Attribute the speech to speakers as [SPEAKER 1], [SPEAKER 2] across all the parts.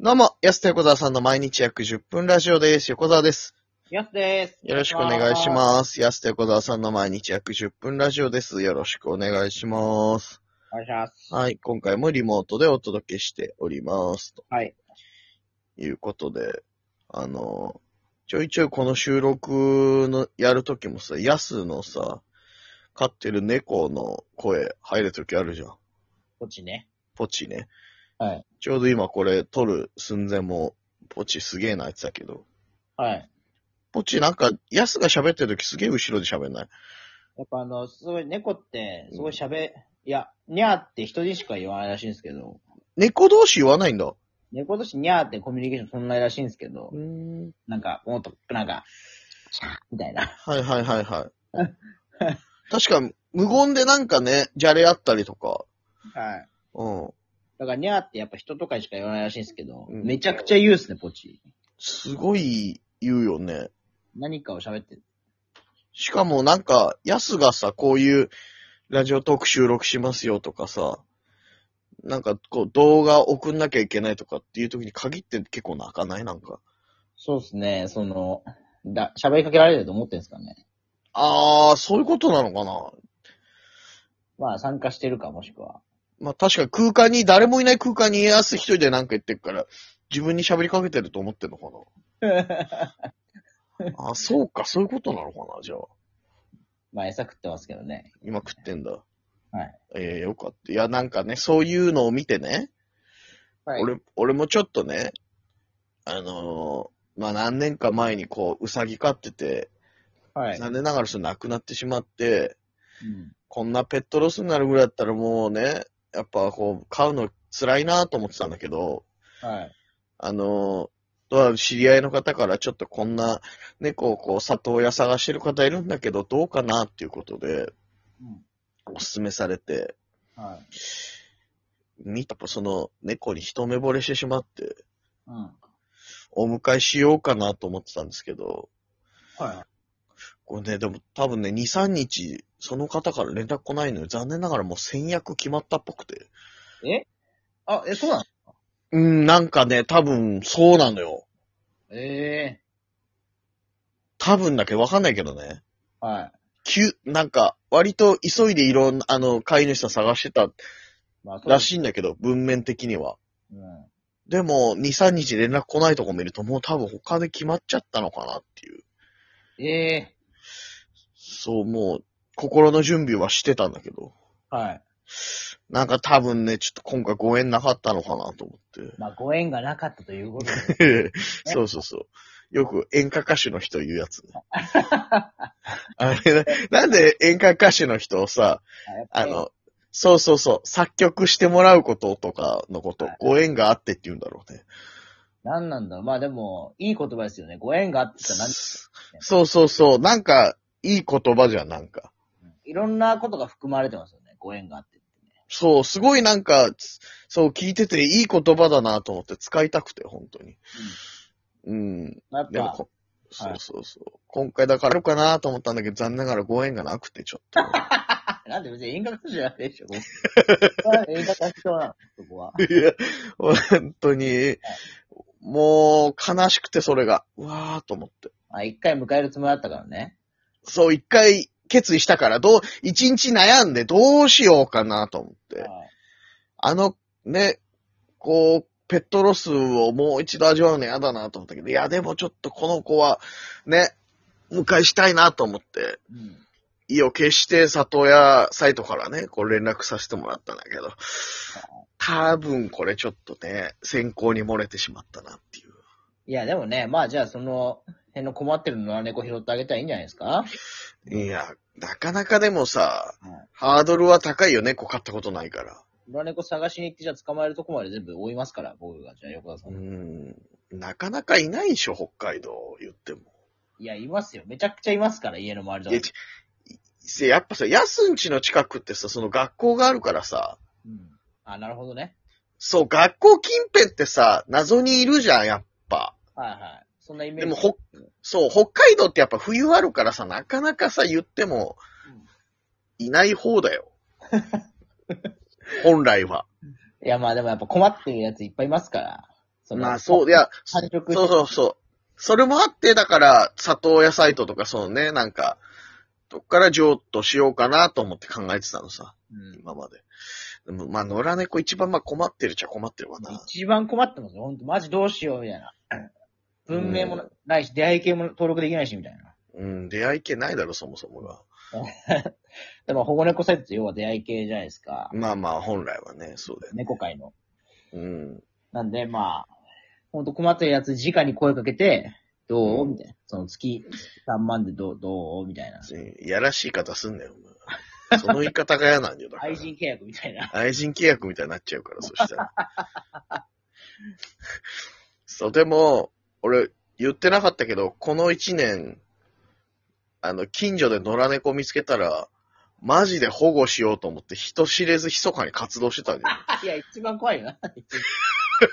[SPEAKER 1] どうも、安田横澤さんの毎日約10分ラジオです。横澤です。
[SPEAKER 2] やすです。
[SPEAKER 1] よろしくお願いします。安田横澤さんの毎日約10分ラジオです。よろしくお願いします。
[SPEAKER 2] す。お願いします。
[SPEAKER 1] はい、今回もリモートでお届けしております。と
[SPEAKER 2] はい。
[SPEAKER 1] いうことで、あの、ちょいちょいこの収録のやるときもさ、安のさ、飼ってる猫の声入るときあるじゃん。
[SPEAKER 2] こっちね。
[SPEAKER 1] ポチね。
[SPEAKER 2] はい。
[SPEAKER 1] ちょうど今これ撮る寸前も、ポチすげえなやつだけど。
[SPEAKER 2] はい。
[SPEAKER 1] ポチなんか、ヤスが喋ってるときすげえ後ろで喋んない。
[SPEAKER 2] やっぱあの、すごい猫って、すごい喋、いや、にゃーって人にしか言わないらしいんですけど、
[SPEAKER 1] 猫同士言わないんだ。
[SPEAKER 2] 猫としてにゃーってコミュニケーション取んないらしいんですけど、
[SPEAKER 1] ん。
[SPEAKER 2] なんか、もっと、なんか、シャーみたいな。
[SPEAKER 1] はいはいはいはい。確か、無言でなんかね、じゃれあったりとか。
[SPEAKER 2] はい。
[SPEAKER 1] うん。
[SPEAKER 2] だから、にゃーってやっぱ人とかにしか言わないらしいんですけど、
[SPEAKER 1] うん
[SPEAKER 2] めちゃくちゃ言うっすね、ポチ。
[SPEAKER 1] すごい言うよね。
[SPEAKER 2] 何かを喋ってる。
[SPEAKER 1] しかもなんか、ヤスがさ、こういうラジオトーク収録しますよとかさ、なんかこう動画送んなきゃいけないとかっていう時に限って結構泣かないなんか。
[SPEAKER 2] そうっすね、その、だ、喋りかけられてると思ってるんですかね。
[SPEAKER 1] あー、そういうことなのかな
[SPEAKER 2] まあ、参加してるか、もしくは。
[SPEAKER 1] まあ確かに空間に、誰もいない空間に家康一人でなんか言ってるから、自分に喋りかけてると思ってんのか な。あ、そうか、そういうことなのかな、じゃあ。
[SPEAKER 2] まあ、餌食ってますけどね。
[SPEAKER 1] 今食ってんだ。
[SPEAKER 2] はい。
[SPEAKER 1] ええよかった。いや、なんかね、そういうのを見てね、
[SPEAKER 2] は
[SPEAKER 1] 俺、俺もちょっとね、あのーまあ何年か前にこう、うさぎ飼ってて、
[SPEAKER 2] はい。
[SPEAKER 1] 残念ながらそれ亡くなってしまって、
[SPEAKER 2] うん
[SPEAKER 1] こんなペットロスになるぐらいだったらもうね、やっぱこう、飼うの辛いなと思ってたんだけど、
[SPEAKER 2] はい。
[SPEAKER 1] あの、とある知り合いの方からちょっとこんな猫をこう里親探してる方いるんだけどどうかなっていうことで
[SPEAKER 2] うん
[SPEAKER 1] おすすめされて、
[SPEAKER 2] はい。
[SPEAKER 1] 見たその猫に一目惚れしてしまって
[SPEAKER 2] うん。は
[SPEAKER 1] お迎えしようかなと思ってたんですけど、
[SPEAKER 2] い。
[SPEAKER 1] これね、でも多分ね、2、3日その方から連絡来ないのよ。残念ながらもう先約決まったっぽくて。
[SPEAKER 2] えあ、え、そうなの
[SPEAKER 1] うん、なんかね、多分そうなのよ。
[SPEAKER 2] ええ
[SPEAKER 1] 多分だけどわかんないけどね。
[SPEAKER 2] は
[SPEAKER 1] 急、なんか、割と急いでいろんな、あの、飼い主さん探してた
[SPEAKER 2] い。まあ、そう
[SPEAKER 1] らしいんだけど、文面的には。
[SPEAKER 2] うん。
[SPEAKER 1] でも、2、3日連絡来ないとこ見ると、もう多分他で決まっちゃったのかなっていう。
[SPEAKER 2] ええ
[SPEAKER 1] そう、もう、心の準備はしてたんだけど。
[SPEAKER 2] はい。
[SPEAKER 1] なんか多分ね、ちょっと今回ご縁なかったのかなと思っ
[SPEAKER 2] まあ、ご縁がなかったという ことで。
[SPEAKER 1] て。 そうそうそう。よく演歌歌手の人言うやつね。あれ、なんで演歌歌手の人をさ、あの、そうそうそう、作曲してもらうこととかのこと、ご縁があってって言うんだろうね。
[SPEAKER 2] 何なんだろう。まあでも、いい言葉ですよね。ご縁があってたらなん、
[SPEAKER 1] そうそうそう。なんか、いい言葉じゃん、なんか。
[SPEAKER 2] いろんなことが含まれてますよね。ご縁があってってね。
[SPEAKER 1] そう、すごいなんか、つそう、聞いてていい言葉だなと思って使いたくて、本当に。うん。
[SPEAKER 2] まあやっ
[SPEAKER 1] でも
[SPEAKER 2] ぱ、
[SPEAKER 1] こ、そうそうそう。今回だからやろうかなと思ったんだけど、残念ながらご縁がなくて、ちょっ と。
[SPEAKER 2] なんで別に演歌歌手じゃないでし ょ。演歌歌手なの、そこは。
[SPEAKER 1] いや、本当に、もう、悲しくて、それが。うわーと思って。
[SPEAKER 2] あ、一回迎えるつもりだったからね。
[SPEAKER 1] そう、一回、決意したから、どう、一日悩んで、どうしようかなと思って。
[SPEAKER 2] はい
[SPEAKER 1] あの、ね、こう、ペットロスをもう一度味わうの嫌だなと思ったけど、いや、でもちょっとこの子は、ね、迎えしたいなと思って、
[SPEAKER 2] うん。
[SPEAKER 1] 意を決して里親サイトからね、こう連絡させてもらったんだけど、多分これちょっとね、選考に漏れてしまったなっていう。
[SPEAKER 2] いや、でもね、まあじゃあその、辺の困ってる野良猫拾ってあげたらいいんじゃないですか
[SPEAKER 1] いや、なかなかでもさ、
[SPEAKER 2] はい
[SPEAKER 1] ハードルは高いよね、こう買ったことないから。
[SPEAKER 2] 野良猫探しに行って、じゃあ捕まえるとこまで全部追いますから、僕が、じゃあ横田さ。
[SPEAKER 1] うんん、なかなかいないでしょ、北海道言っても。
[SPEAKER 2] いや、いますよ。めちゃくちゃいますから、家の周り
[SPEAKER 1] いや
[SPEAKER 2] とか。
[SPEAKER 1] ちせやっぱさ、やすんちの近くってさ、その学校があるからさ、
[SPEAKER 2] うん。あ、なるほどね。
[SPEAKER 1] そう、学校近辺ってさ、謎にいるじゃん、やっぱ。
[SPEAKER 2] はいはい。そんなイメー
[SPEAKER 1] でも、
[SPEAKER 2] ジ。
[SPEAKER 1] ほ、そう、北海道ってやっぱ冬あるからさ、なかなかさ、言っても、いない方だよ。本来は。
[SPEAKER 2] いや、まあでもやっぱ困ってるやついっぱいいますから。の
[SPEAKER 1] まあそう、い、や、
[SPEAKER 2] 繁殖
[SPEAKER 1] そうそうそう。それもあって、だから、里親サイトとかそうね、なんか、どっから譲渡しようかなと思って考えてたのさ、
[SPEAKER 2] うん
[SPEAKER 1] 今まで。でもまあ、野良猫一番まあ困ってるっちゃ困ってるわな。
[SPEAKER 2] 一番困ってますよ。ほんと、マジどうしよう、みたいな。文明もないし、出会い系も登録できないし、みたいな。
[SPEAKER 1] うん、出会い系ないだろ、そもそもが。
[SPEAKER 2] でも、保護猫サイトって要は出会い系じゃないですか。
[SPEAKER 1] まあまあ、本来はね、そうだよね。
[SPEAKER 2] 猫界の。
[SPEAKER 1] うん。
[SPEAKER 2] なんで、まあ、ほんと困ってるやつ、直に声かけて、どうみたいな。その月3万でどう、どうみたいな。
[SPEAKER 1] いやらしい言い方すんなよ、お前その言い方が嫌なんよ、だから。
[SPEAKER 2] 愛人契約みたい な。
[SPEAKER 1] 愛人契約みたいになっちゃうから、そしたら。そう、でも、俺、言ってなかったけど、この一年、あの、近所で野良猫見つけたら、マジで保護しようと思って、人知れず密かに活動してたんだよ。
[SPEAKER 2] いや、一番怖いよな。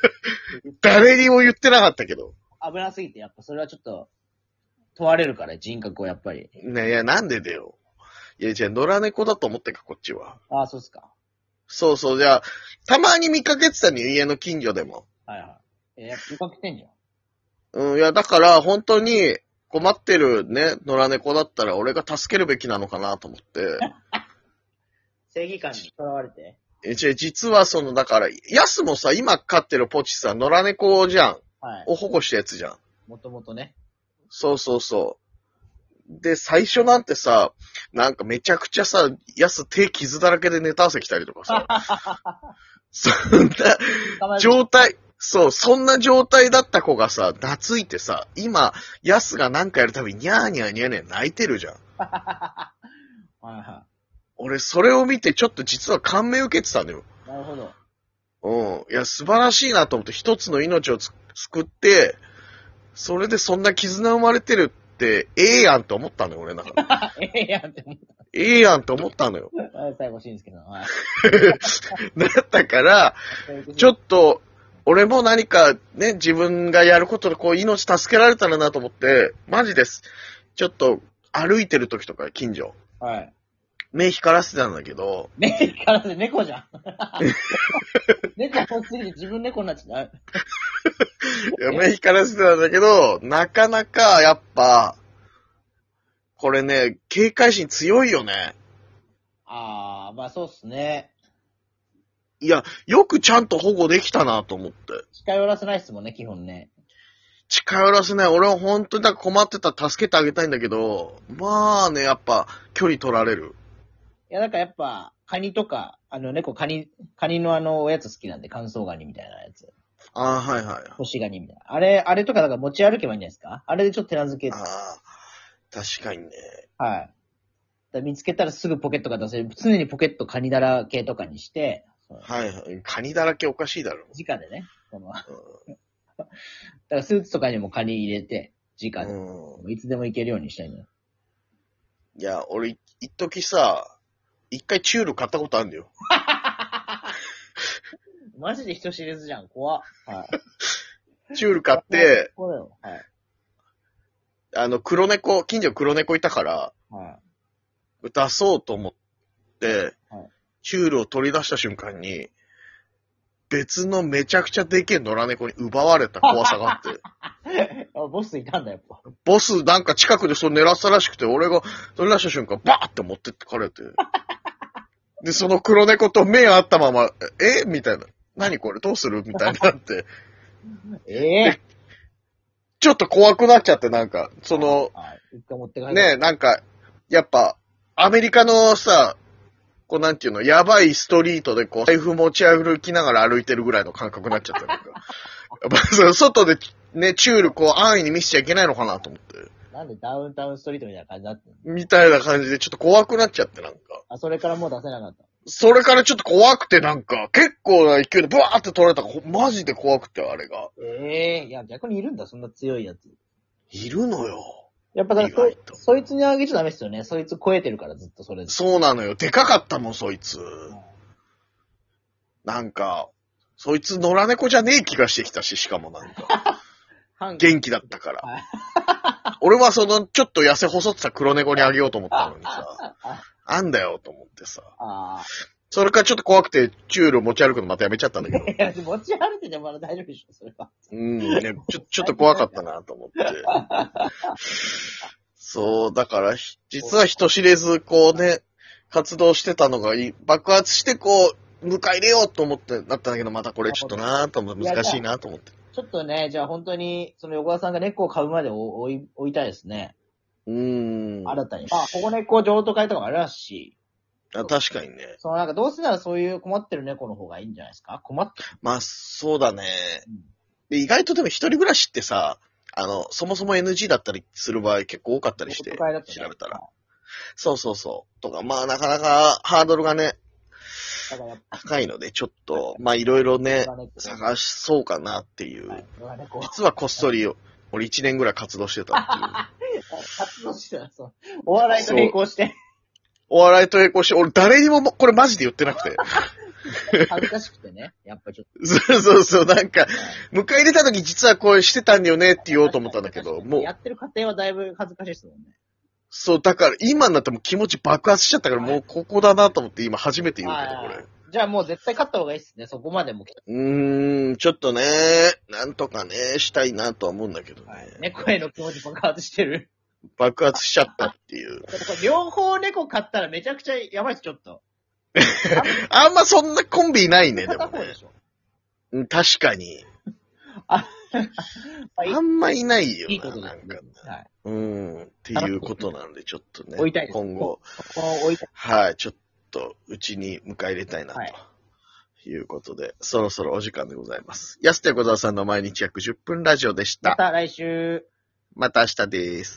[SPEAKER 1] 誰にも言ってなかったけど。
[SPEAKER 2] 危なすぎて、やっぱそれはちょっと、問われるから、人格をやっぱり。
[SPEAKER 1] ね、いや、なんでだよ。いや、じゃあ野良猫だと思ってんか、こっちは。
[SPEAKER 2] ああ、そうっすか。
[SPEAKER 1] そうそう、じゃあ、たまに見かけてたのよ、家の近所でも。
[SPEAKER 2] はいはい。え、やっぱ見かけてんじゃん。
[SPEAKER 1] うん、いや、だから、本当に、困ってるね、野良猫だったら、俺が助けるべきなのかなと思って。
[SPEAKER 2] 正義感に囚われて。
[SPEAKER 1] え、じゃあ実はその、だから、ヤスもさ、今飼ってるポチさ、野良猫じゃん。
[SPEAKER 2] はい。
[SPEAKER 1] を保護したやつじゃん。
[SPEAKER 2] もともとね。
[SPEAKER 1] そうそうそう。で、最初なんてさ、なんかめちゃくちゃさ、ヤス手傷だらけでネタ合わせ来たりとかさ。そんな、
[SPEAKER 2] 捕まえ
[SPEAKER 1] 状態、そう、そんな状態だった子がさ、懐いてさ、今、ヤスがなんかやるたびに、ニャーニャーニャーニャー泣いてるじゃん。
[SPEAKER 2] はいは
[SPEAKER 1] 俺、それを見て、ちょっと実は感銘受けてたのよ。
[SPEAKER 2] い。なるほど。
[SPEAKER 1] う ん。いや、素晴らしいなと思って、一つの命をつ救って、それでそんな絆生まれてるって、ええやんと思ったのよ、俺なんか。
[SPEAKER 2] あええやんって思っ
[SPEAKER 1] ええやんと思ったのよ。
[SPEAKER 2] た。はい最後、しんすけさん。はい。
[SPEAKER 1] だったから、ちょっと、俺も何かね、自分がやることでこう、命助けられたらなと思って、マジです。ちょっと、歩いてる時とか、近所。
[SPEAKER 2] と。はい。
[SPEAKER 1] 目光らせてたんだけど、
[SPEAKER 2] 目からせ 猫じゃん。猫本すぎて自分猫になっちゃ
[SPEAKER 1] い
[SPEAKER 2] った。
[SPEAKER 1] や目光らせてたんだけど、なかなか、やっぱ、これね、警戒心強いよね。
[SPEAKER 2] ああ、まあそうっすね。
[SPEAKER 1] いや、よくちゃんと保護できたなと思って。
[SPEAKER 2] 近寄らせないっすもんね、基本ね。
[SPEAKER 1] 近寄らせない。俺は本当になんか困ってたら助けてあげたいんだけど、まあね、やっぱ、距離取られる。
[SPEAKER 2] いや、だからやっぱ、カニとか、あの、猫カニ、カニのあの、おやつ好きなんで、乾燥ガニみたいなやつ。
[SPEAKER 1] ああ、はいはい。
[SPEAKER 2] 干しガニみたいな。あれ、あれとかだから持ち歩けばいいんじゃないですかあれでちょっと手なずける。はい。
[SPEAKER 1] ああ、確かにね。
[SPEAKER 2] だから見つけたらすぐポケットが出せる。常にポケットカニだらけとかにして、その
[SPEAKER 1] はいはい。カニだらけおかしいだろ。
[SPEAKER 2] 直でね。そのだからスーツとかにもカニ入れて、直で。
[SPEAKER 1] う
[SPEAKER 2] いつでも行けるようにしたいんだよ。
[SPEAKER 1] ん。いや、俺、一時さ、一回チュール買ったことあるんだよ。
[SPEAKER 2] マジで人知れずじゃん、怖っ。はい。
[SPEAKER 1] チュール買って、、
[SPEAKER 2] 怖いよ。はい。
[SPEAKER 1] あの、黒猫、近所に黒猫いたから、
[SPEAKER 2] は
[SPEAKER 1] 出そうと思って、
[SPEAKER 2] はい
[SPEAKER 1] チュールを取り出した瞬間に、別のめちゃくちゃでけえ野良猫に奪われた怖さがあ って、
[SPEAKER 2] い。あ、ボスいたんだ、やっぱ。
[SPEAKER 1] ボスなんか近くでそれ狙ってたらしくて、俺が取り出した瞬間、バーって持ってってかれて。で、その黒猫と目合ったまま、えみたいな。何これどうするみたいになって。
[SPEAKER 2] ええ
[SPEAKER 1] ちょっと怖くなっちゃって、なんか、その、
[SPEAKER 2] はい。一回持って帰る。
[SPEAKER 1] ねえ、なんか、やっぱ、アメリカのさ、こうなんていうの、やばいストリートでこう、財布持ち歩きながら歩いてるぐらいの感覚になっちゃった。なん かやっぱその外でね、チュールこう安易に見せちゃいけないのかなと思って。
[SPEAKER 2] なんでダウンタウンストリートみたいな感じだったの
[SPEAKER 1] みたいな感じでちょっと怖くなっちゃってなんか。
[SPEAKER 2] あ、それからもう出せなかった。
[SPEAKER 1] それからちょっと怖くてなんか、結構な勢いでブワーって取られたから、ほマジで怖くてあれが。
[SPEAKER 2] ええいや、逆にいるんだ、そんな強いやつ。
[SPEAKER 1] いるのよ。
[SPEAKER 2] やっぱだから
[SPEAKER 1] 意外と
[SPEAKER 2] そ、そいつにあげちゃダメっすよね。そいつ超えてるから、ずっとそれで。
[SPEAKER 1] そうなのよ。でかかったもん、そいつ。なんか、そいつ野良猫じゃねえ気がしてきたし、しかもなんか。
[SPEAKER 2] 半
[SPEAKER 1] 元気だったから。 俺はその、ちょっと痩せ細ってた黒猫にあげようと思ったのにさ、あんだよと思ってさ。
[SPEAKER 2] ああ。
[SPEAKER 1] それからちょっと怖くて、チュール持ち歩くのまたやめちゃったんだけど。
[SPEAKER 2] いや、持ち歩いててまだ大丈夫でしょ、それは。
[SPEAKER 1] うん、ね、ちょ、ちょっと怖かったなと思って。そう、だからひ、実は人知れず、こうね、活動してたのがいい、爆発してこう、迎え入れようと思ってなったんだけど、またこれちょっとなぁと思って、難しいなぁと思って。
[SPEAKER 2] ちょっとね、じゃあ本当に、その横田さんが猫を買うまで追い、追いたいですね。
[SPEAKER 1] うーん。あ
[SPEAKER 2] 新たに。まあ、保護猫譲渡会とかもあるらしいし、
[SPEAKER 1] 確かにね。
[SPEAKER 2] そのなんかどうせならそういう困ってる猫の方がいいんじゃないですか困って
[SPEAKER 1] まあ、そうだね
[SPEAKER 2] うん。
[SPEAKER 1] で意外とでも一人暮らしってさ、あの、そもそも NG だったりする場合結構多かった
[SPEAKER 2] る
[SPEAKER 1] りして、
[SPEAKER 2] 譲渡
[SPEAKER 1] 調
[SPEAKER 2] 会だとね
[SPEAKER 1] べたら。。そうそうそう。とか、まあなかなかハードルがね、
[SPEAKER 2] だからやっぱ
[SPEAKER 1] 高いので、ちょっと、まあいろいろね、
[SPEAKER 2] 保護猫
[SPEAKER 1] 探しそうかなっていう。
[SPEAKER 2] はい保護猫
[SPEAKER 1] 実はこっそり、俺1年ぐらい活動してたって いう。
[SPEAKER 2] 活動してたら、そう。お笑いと並行して、
[SPEAKER 1] お笑いと並行して、俺誰にももこれマジで言ってなくて。
[SPEAKER 2] 恥ずかしくてね。やっぱちょっ
[SPEAKER 1] そうそうそう、なんか、迎え入れた時実はこれしてたんだよねって言おうと思ったんだけど、
[SPEAKER 2] と。
[SPEAKER 1] もう
[SPEAKER 2] や、ってる過程はだいぶ恥ずかしいですもんね。
[SPEAKER 1] そう、だから今になってもう気持ち爆発しちゃったから、もうここだなと思って今初めて言うけど、こ
[SPEAKER 2] は
[SPEAKER 1] れ
[SPEAKER 2] い。じゃあもう絶対勝った方がいいですね。そこまでも来て。
[SPEAKER 1] うーん、ちょっとね、なんとかね、したいなとは思うんだけどね。
[SPEAKER 2] 猫への気持ち爆発してる。
[SPEAKER 1] 爆発しちゃったっていう。
[SPEAKER 2] これ両方猫飼ったらめちゃくちゃやばいです、ちょっと。
[SPEAKER 1] あんまそんなコンビいないね、で
[SPEAKER 2] 片
[SPEAKER 1] も
[SPEAKER 2] 方
[SPEAKER 1] ね
[SPEAKER 2] で。しょ。
[SPEAKER 1] うん確かに。
[SPEAKER 2] はい
[SPEAKER 1] あんまいないよな。
[SPEAKER 2] いいことだ
[SPEAKER 1] な
[SPEAKER 2] よ
[SPEAKER 1] ん
[SPEAKER 2] ね
[SPEAKER 1] か。
[SPEAKER 2] はい。
[SPEAKER 1] うん。っていうことなんで、ちょっとね。
[SPEAKER 2] 追いたいです
[SPEAKER 1] 今後、
[SPEAKER 2] ここを置いて。
[SPEAKER 1] はい、ちょっと、うちに迎え入れたいな、
[SPEAKER 2] はい
[SPEAKER 1] ということで、そろそろお時間でございます。安手小沢さんの毎日約10分ラジオでし
[SPEAKER 2] ま
[SPEAKER 1] た。
[SPEAKER 2] た来週。
[SPEAKER 1] また明日です。